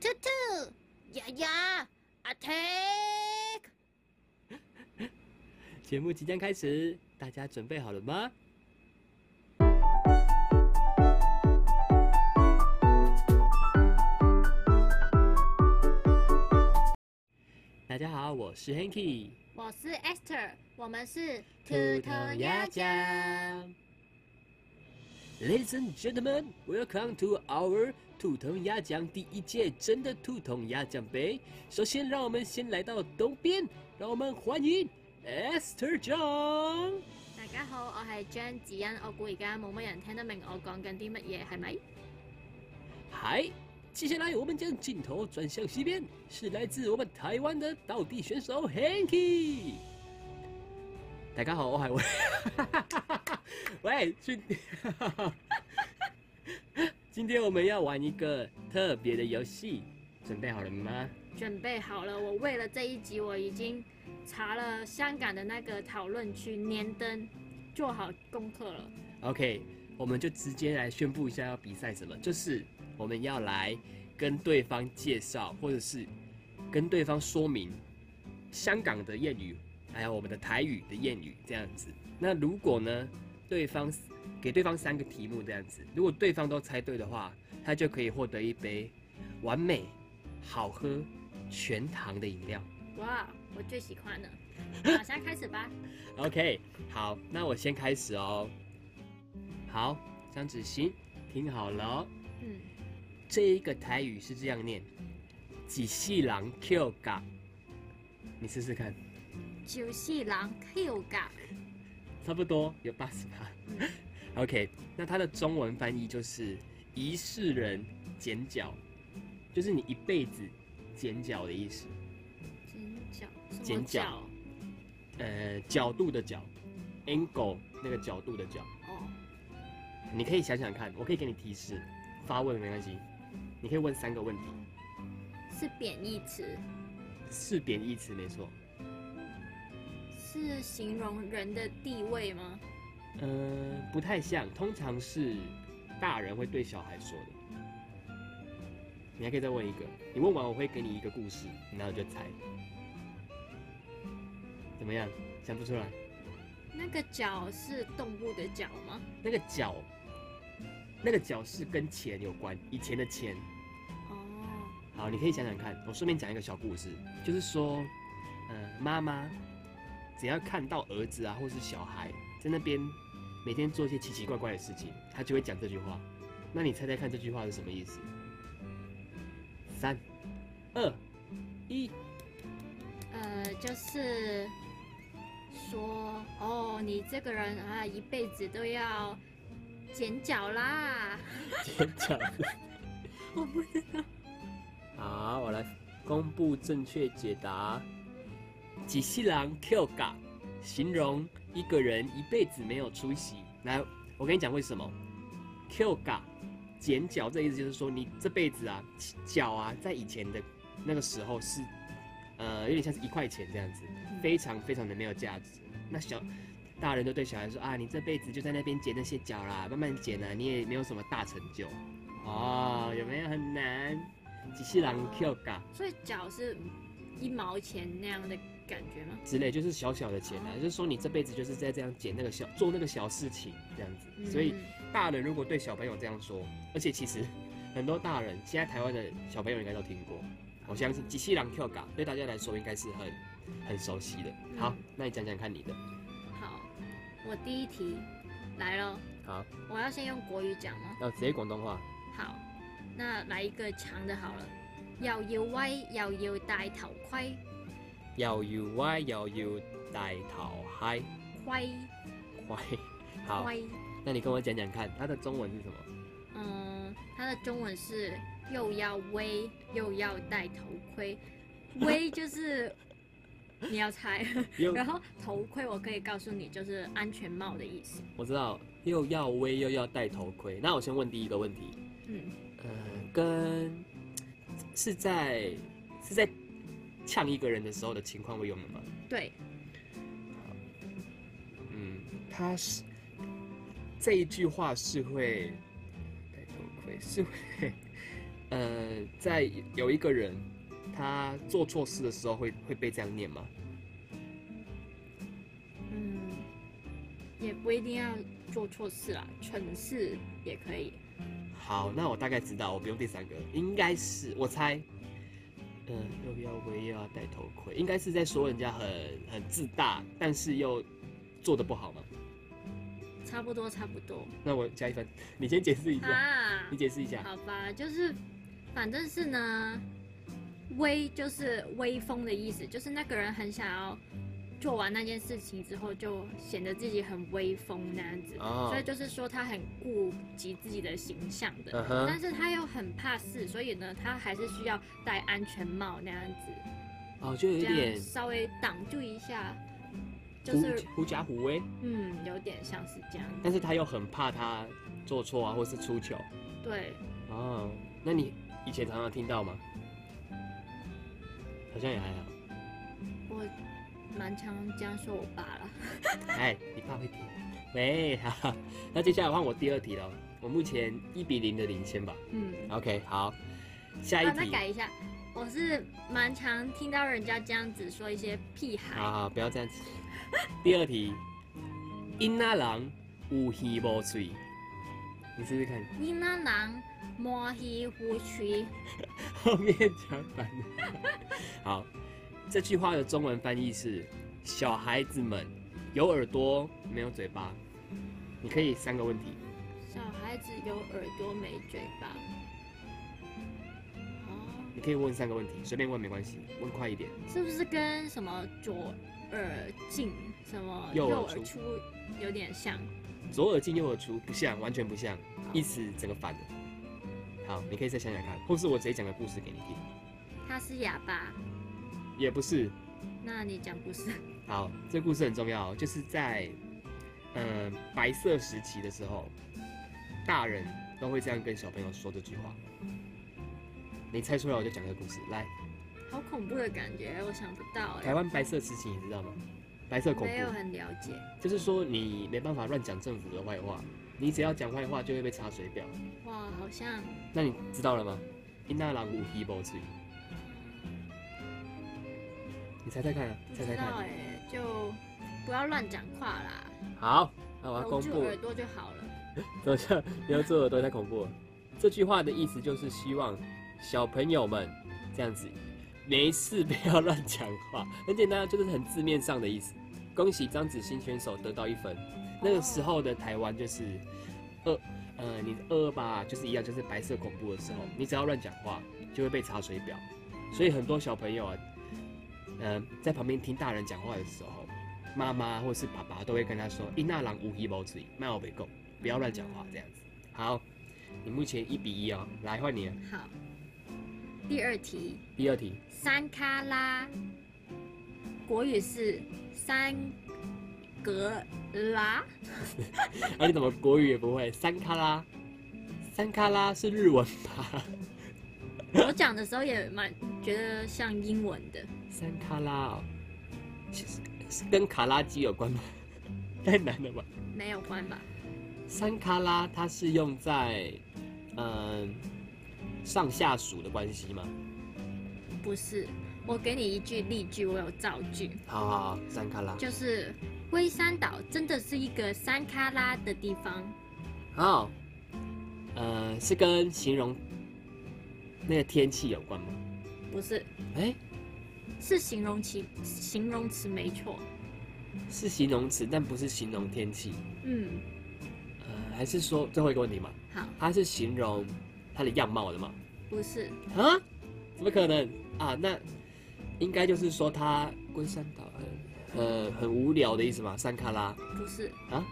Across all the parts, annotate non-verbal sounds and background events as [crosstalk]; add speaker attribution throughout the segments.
Speaker 1: 투투! 야야! 아택!
Speaker 2: 节目即将开始，大家准备好了吗？大家好，我是 Hanky，
Speaker 1: 我是 Esther，我们是
Speaker 2: 酱。Ladies and gentlemen, welcome to our 兔藤鸭奖第一届真的兔筒鸭奖杯。首先，让我们先来到东边，让我们欢迎 Esther John。
Speaker 1: 大家好，我係張子欣，我估而家冇乜人聽得明我講緊啲乜嘢，係咪？
Speaker 2: 嗨，接下来我们将镜头转向西边，是来自我们台湾的倒地选手 Hanky。大家好，我系 [laughs] 喂，喂，今今天我们要玩一个特别的游戏，准备好了吗？
Speaker 1: 準備好了，我為了這一集，我已經查了香港的那個討論區，連登做好功課了。
Speaker 2: OK，我们就直接来宣布一下要比赛什么，就是我们要来跟对方介绍，或者是跟对方说明香港的谚语，还有我们的台语的谚语这样子。那如果呢，对方给对方三个题目这样子，如果对方都猜对的话，他就可以获得一杯完美、好喝、全糖的饮料。
Speaker 1: 哇，我最喜歡了！马上開始吧。
Speaker 2: OK，好，那我先开始哦。好，张子欣，听好了哦。
Speaker 1: 嗯，
Speaker 2: 这一个台语是这样念：几细郎 Q 嘎，你试试看，
Speaker 1: 九四郎 Q 噶，
Speaker 2: 差不多有八十八。OK，那它的中文翻译就是“一世人剪脚”，就是你一辈子剪脚的意思。
Speaker 1: 剪角，嗯什么
Speaker 2: 剪角呃，角度的角，angle 那个角度的角。
Speaker 1: 哦，
Speaker 2: 你可以想想看，我可以给你提示，发问没关系，你可以问三个问题，
Speaker 1: 是贬义词，
Speaker 2: 是贬义词没错。
Speaker 1: 是形容人的地位吗？
Speaker 2: 嗯，不太像，通常是大人会对小孩说的。你还可以再问一个，你问完我会给你一个故事，然后你就猜。怎么样？想不出来？
Speaker 1: 那个角是动物的角吗？
Speaker 2: 那个脚，那个脚是跟钱有关，以前的钱。
Speaker 1: 哦，
Speaker 2: 好，你可以想想看。我顺便讲一个小故事，就是说，呃，妈妈只要看到儿子啊，或是小孩在那边每天做一些奇奇怪怪的事情，她就会讲这句话。那你猜猜看这句话是什么意思？三、二、一， [laughs]
Speaker 1: 呃，就是说，哦，你这个人啊，一辈子都要剪脚啦。
Speaker 2: 剪脚。
Speaker 1: 我不知道，
Speaker 2: 好，我来公布正确解答。几细郎 Q 嘎，形容一个人一辈子没有出息。来，我跟你讲为什么？Q 嘎，剪脚这意思就是说你这辈子啊，脚啊，在以前的那个时候是，呃，有点像是一块钱这样子，非常非常的没有价值。那小大人都对小孩说啊，你这辈子就在那边剪那些脚啦，慢慢剪啊，你也没有什么大成就。哦，有没有很难？几细郎 Q 嘎
Speaker 1: 所以角是一毛钱那样的感觉吗？
Speaker 2: 之类，就是小小的钱
Speaker 1: 哦
Speaker 2: 啊，就是说你这辈子就是在这样捡那个小做那个小事情这样
Speaker 1: 嗯
Speaker 2: 子。所以大人如果对小朋友这样说，而且其实很多大人现在台湾的小朋友应该都听过，我相信几细郎 Q 嘎对大家来说应该是很很熟悉的。好
Speaker 1: 嗯，
Speaker 2: 那你讲讲看你的。
Speaker 1: 好，我第一题来咯，
Speaker 2: 好，
Speaker 1: 我要先用国语讲吗？
Speaker 2: 那直接广东话。
Speaker 1: 好，那来一个长的好了，又要威又要戴頭盔，
Speaker 2: 又要歪又要大头嗨
Speaker 1: 盔
Speaker 2: 嗨。好，
Speaker 1: 盔，
Speaker 2: 那你跟我讲讲看，它的中
Speaker 1: [laughs]
Speaker 2: 文是什么？
Speaker 1: 嗯，它的中文是又要威又要戴头盔，威就是你要猜，
Speaker 2: 又
Speaker 1: 然后头盔我可以告诉你就是安全帽的意思，
Speaker 2: 我知道，又要威又要戴头盔。那我先问第一个问题，
Speaker 1: 嗯，
Speaker 2: 呃，跟是在是在呛一个人的时候的情况会用的吗？
Speaker 1: 对，
Speaker 2: 嗯，他是这一句话是会戴头盔，是会 [laughs] 呃在有一个人他做错事的时候会会被这样念吗？
Speaker 1: 嗯，也不一定要做错事啦，蠢事也可以。
Speaker 2: 好，那我大概知道，我不用第三个，应该是我猜，嗯、又要威又要戴头盔，应该是在说人家很很自大，但是又做的不好嘛。
Speaker 1: 差不多，差不多
Speaker 2: 那我加一分，你先解释一下，
Speaker 1: 啊
Speaker 2: 你。解释一下。
Speaker 1: 好吧，就是反正是呢，威就是威风的意思，就是那个人很想要做完那件事情之后，就显得自己很威风那样子。
Speaker 2: 哦
Speaker 1: 所以就是说他很顾及自己的形象的
Speaker 2: 嗯哼
Speaker 1: 但是他又很怕事，所以呢，他还是需要戴安全帽那样子，
Speaker 2: 哦，就有
Speaker 1: 这
Speaker 2: 一
Speaker 1: 样
Speaker 2: 点
Speaker 1: 稍微挡住一下，就
Speaker 2: 狐
Speaker 1: 是
Speaker 2: 狐假虎威，
Speaker 1: 嗯，有点像是这样。
Speaker 2: 但是他又很怕他做错啊，或是出糗。
Speaker 1: 对，
Speaker 2: 哦，那你以前常常听到吗？好像也还好。
Speaker 1: 我蛮常这样说我爸了。
Speaker 2: 哎，你爸会听？没，哈哈。那接下来换我第二题了。我目前一比零的领先吧。
Speaker 1: 嗯。
Speaker 2: OK，好，下一
Speaker 1: 啊，再
Speaker 2: 题。
Speaker 1: 改一下，我是蛮常听到人家这样子说一些屁孩。
Speaker 2: 好好，不要这样子。第二题，因那人有耳无嘴，你试试看。
Speaker 1: 你那狼摸黑胡须，
Speaker 2: 后面讲反了。好，这句话的中文翻译是：小孩子们有耳朵没有嘴巴。你可以三个问题。
Speaker 1: 小孩子有耳朵没嘴巴。哦，
Speaker 2: 你可以问三个问题，随便问没关系，问快一点。
Speaker 1: 是不是跟什么左耳进什么
Speaker 2: 右耳
Speaker 1: 右耳
Speaker 2: 出
Speaker 1: 出有点像？
Speaker 2: 左耳进右耳出，不像，完全不像，
Speaker 1: 好
Speaker 2: 意思整个反的。好，你可以再想想看，或是我直接讲个故事给你听，
Speaker 1: 他是哑巴，
Speaker 2: 也不是。
Speaker 1: 那你讲不是？
Speaker 2: 好，这故事很重要哦，就是在嗯、呃白色时期的时候，大人都会这样跟小朋友说这句话。你猜出来我就讲个故事。来，
Speaker 1: 好恐怖的感觉，我想不到哎、
Speaker 2: 台湾白色时期你知道吗？白色恐
Speaker 1: 没有
Speaker 2: 怖
Speaker 1: 很了解。
Speaker 2: 就是说你没办法乱讲政府的坏话，你只要讲坏话就会被查水表。
Speaker 1: 哇，好像
Speaker 2: 那你知道了吗？因那郎无一无嘴，你猜猜看啊，
Speaker 1: 不
Speaker 2: 猜
Speaker 1: 知
Speaker 2: 猜
Speaker 1: 道哎、
Speaker 2: 看。
Speaker 1: 就不要乱讲话啦。
Speaker 2: 好，那我要
Speaker 1: 搂
Speaker 2: 公
Speaker 1: 住
Speaker 2: 布 [laughs]
Speaker 1: 耳，朵就好了。
Speaker 2: 等一下不要做耳朵太恐怖了。这句话的意思就是希望小朋友们这样子，没事不要乱讲话，很简单，啊就是很字面上的意思。恭喜张子欣选手得到一分。
Speaker 1: 哦
Speaker 2: 那个时候的台湾就是二，呃，你二二八就是一样，就是白色恐怖的时候，
Speaker 1: 嗯
Speaker 2: 你只要乱讲话就会被查水表，所以很多小朋友啊，呃，在旁边听大人讲话的时候，妈妈或是爸爸都会跟他说：“伊那郎无一无嘴，卖我被够，不要乱讲话。”这样子。好，你目前一比一哦，来换你了。
Speaker 1: 好，第二题，
Speaker 2: 第二题，
Speaker 1: 山卡拉，国语是三格拉，
Speaker 2: 啊，你怎么国语也不会？三卡拉，三卡拉是日文吧？
Speaker 1: 我讲的时候也蛮觉得像英文的，
Speaker 2: 三卡拉哦，其实是跟卡拉鸡有关吗？ [laughs] 太难了吧？
Speaker 1: 没有关吧？
Speaker 2: 三卡拉它是用在，嗯、上下属的关系吗？
Speaker 1: 不是，我给你一句例句，我有造句，
Speaker 2: 好好好，三卡拉。
Speaker 1: 就是龟山岛真的是一个山卡拉的地方，
Speaker 2: 好，呃，是跟形容那个天气有关吗？
Speaker 1: 不是，
Speaker 2: 哎、
Speaker 1: 是形容词，形容词没错，
Speaker 2: 是形容词，但不是形容天气。
Speaker 1: 嗯，
Speaker 2: 呃，还是说最后一个问题嘛？
Speaker 1: 好，
Speaker 2: 它是形容它的样貌的吗？
Speaker 1: 不是，
Speaker 2: 啊？怎么可能啊？那应该就是说它龟山岛很呃很无聊的意思嘛？山卡拉
Speaker 1: 不是。
Speaker 2: 啊？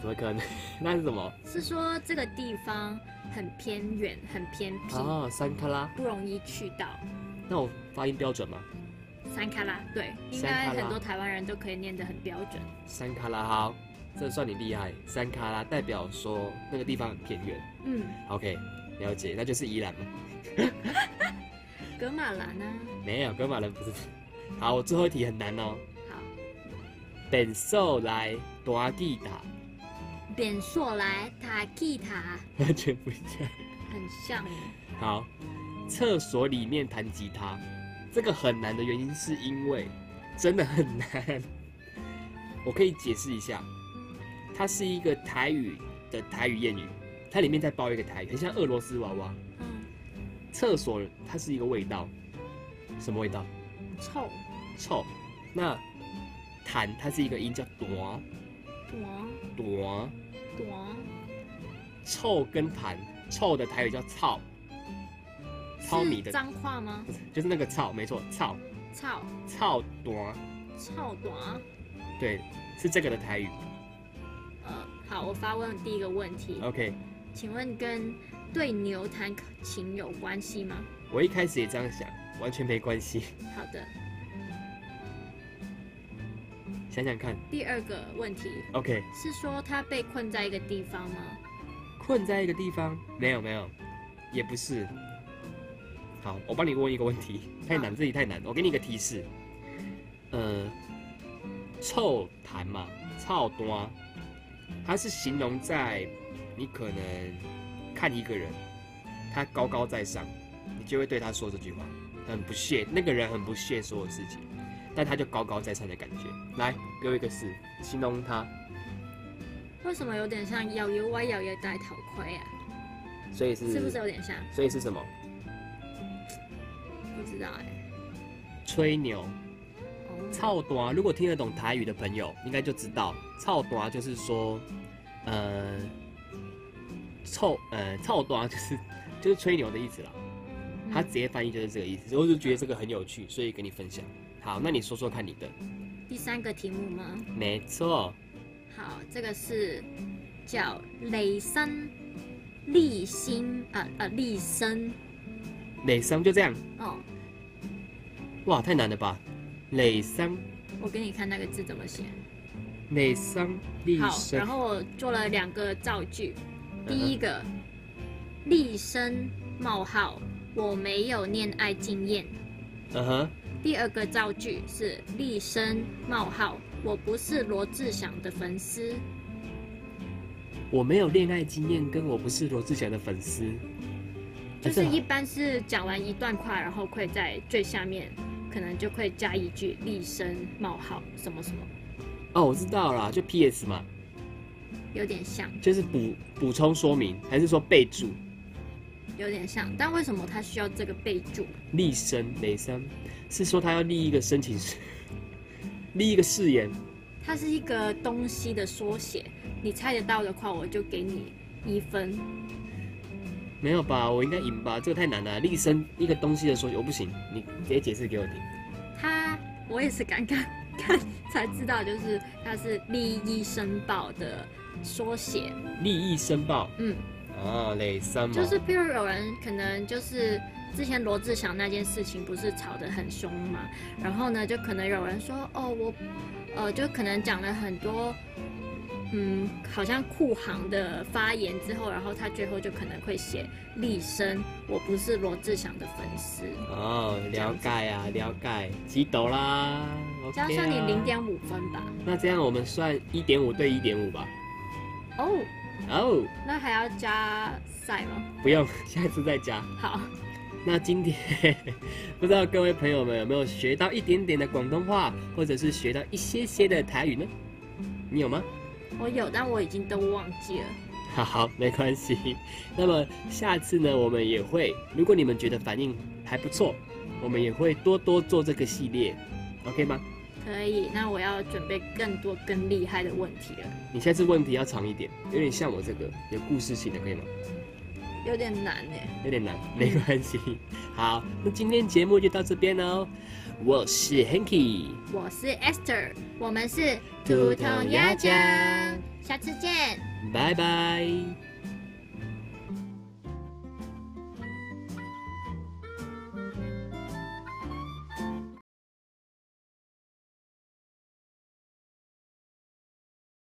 Speaker 2: 怎么可能？ [laughs] 那是什么？
Speaker 1: 是说这个地方很偏远、很偏僻，
Speaker 2: 啊，山卡拉？
Speaker 1: 不容易去到。
Speaker 2: 那我发音标准吗？
Speaker 1: 山卡拉，对，应
Speaker 2: 山
Speaker 1: 该
Speaker 2: 卡拉
Speaker 1: 很多台湾人都可以念得很标准。
Speaker 2: 山卡拉好，这算你厉害。山卡拉代表说那个地方很偏远。
Speaker 1: 嗯，
Speaker 2: OK，了解，那就是宜兰了。
Speaker 1: 格马兰呢？
Speaker 2: 没有，格马兰不是。 [laughs] 好，我最后一题很难哦。
Speaker 1: 好，
Speaker 2: 本寿来大吉打， [laughs]
Speaker 1: 扁硕来塔吉塔，
Speaker 2: 完全不一样。
Speaker 1: 很像耶。
Speaker 2: 好，厕所里面弹吉他，这个很难的原因是因为真的很难。 [laughs] 我可以解释一下，它是一个台语的台语谚语，它里面再包一个台语，很像俄罗斯娃娃。
Speaker 1: 嗯，
Speaker 2: 厕所它是一个味道，什么味道？
Speaker 1: 嗯臭，
Speaker 2: 臭。那弹它是一个音叫哆
Speaker 1: 多
Speaker 2: 哆，
Speaker 1: 多
Speaker 2: 臭跟弹，臭的台语叫操，糙米
Speaker 1: 是
Speaker 2: 的
Speaker 1: 脏话吗？
Speaker 2: 就是那个操，没错，操
Speaker 1: 操，
Speaker 2: 操哆，
Speaker 1: 操短。
Speaker 2: 对，是这个的台语。
Speaker 1: 呃，好，我发问第一个问题，
Speaker 2: OK，
Speaker 1: 请问跟对牛弹琴有关系吗？
Speaker 2: 我一开始也这样想，完全没关系。 [laughs]
Speaker 1: 好的，
Speaker 2: 想想看
Speaker 1: 第二个问题
Speaker 2: ，OK，
Speaker 1: 是说他被困在一个地方吗？
Speaker 2: 困在一个地方，没有没有，也不是。好，我帮你问一个问题，太难，这里太难，我给你一个提示。呃，臭痰嘛，臭端，它是形容在你可能看一个人，他高高在上，你就会对他说这句话，很不屑，那个人很不屑所有事情，但他就高高在上的感觉。来，给我一个字形容他，
Speaker 1: 为什么有点像摇摇歪摇摇戴头盔啊？
Speaker 2: 所以是
Speaker 1: 是不是有点像？
Speaker 2: 所以是什么？
Speaker 1: 不知道哎、
Speaker 2: 吹牛。
Speaker 1: 哦，
Speaker 2: 操短，如果听得懂台语的朋友，应该就知道，操短就是说，呃，臭呃操短 [laughs] 就是就是吹牛的意思啦。
Speaker 1: 嗯
Speaker 2: 它直接翻译就是这个意思，我就觉得这个很有趣，所以跟你分享。好，那你说说看你的。
Speaker 1: 第三个题目吗？
Speaker 2: 没错，
Speaker 1: 好，这个是叫雷声立心啊啊立声
Speaker 2: 累伤就这样，
Speaker 1: 哦，
Speaker 2: 哇，太难了吧？累伤，
Speaker 1: 我给你看那个字怎么写。
Speaker 2: 累伤，立
Speaker 1: 好，然
Speaker 2: 生，
Speaker 1: 后我做了两个造句，
Speaker 2: 嗯哼
Speaker 1: 第一个立声冒号我没有恋爱经验，
Speaker 2: 嗯哼，
Speaker 1: 第二个造句是立声冒号我不是罗志祥的粉丝。
Speaker 2: 我没有恋爱经验，跟我不是罗志祥的粉丝，
Speaker 1: 就
Speaker 2: 啊这
Speaker 1: 是
Speaker 2: 好
Speaker 1: 一般是讲完一段话，然后会在最下面可能就会加一句立声冒号什么什么，
Speaker 2: 哦，我知道啦，就 P.S. 嘛，
Speaker 1: 有点像，
Speaker 2: 就是补补充说明，还是说备注？
Speaker 1: 有点像。但为什么他需要这个备注？
Speaker 2: 立申雷申，是说他要立一个申请誓， [laughs] 立一个誓言。
Speaker 1: 它是一个东西的缩写，你猜得到的话，我就给你一分。
Speaker 2: 没有吧？我应该赢吧？这个太难了。立申一个东西的缩哦写，我不行。你直接解释给我听。
Speaker 1: 它我也是刚刚看才知道，就是它是利益申报的缩写。
Speaker 2: 利益申报
Speaker 1: 嗯，
Speaker 2: 啊，雷申嘛，
Speaker 1: 就是譬如有人可能就是之前罗志祥那件事情不是吵得很凶嘛，然后呢就可能有人说哦我，呃就可能讲了很多，嗯好像酷航的发言之后，然后他最后就可能会写立身，我不是罗志祥的粉丝，
Speaker 2: 哦，了解啊，了解，几斗啦。OK
Speaker 1: 这
Speaker 2: 啊
Speaker 1: 样算你零。点五分吧。
Speaker 2: 那这样我们算一点五对一点五吧。
Speaker 1: 哦，
Speaker 2: 哦，
Speaker 1: 那还要加赛吗？
Speaker 2: 不用，下次再加。
Speaker 1: 好，
Speaker 2: 那今天 [laughs] 不知道各位朋友们有没有学到一点点的广东话，或者是学到一些些的台语呢？你有吗？ [laughs]
Speaker 1: 我有，但我已经都忘记了。
Speaker 2: 好好，没关系。那么下次呢，我们也会，如果你们觉得反应还不错，我们也会多多做这个系列，OK 吗？
Speaker 1: 可以，那我要准备更多更厉害的问题了。
Speaker 2: 你下次问题要长一点，有点像我这个有故事性的，可以吗？
Speaker 1: 有点难哎、
Speaker 2: 有点难， [laughs] 没关系。好，那今天节目就到这边喽。我是 Hanky，
Speaker 1: 我是 Esther，我们是
Speaker 2: 兔头鸭酱，
Speaker 1: 下次见。
Speaker 2: 拜拜。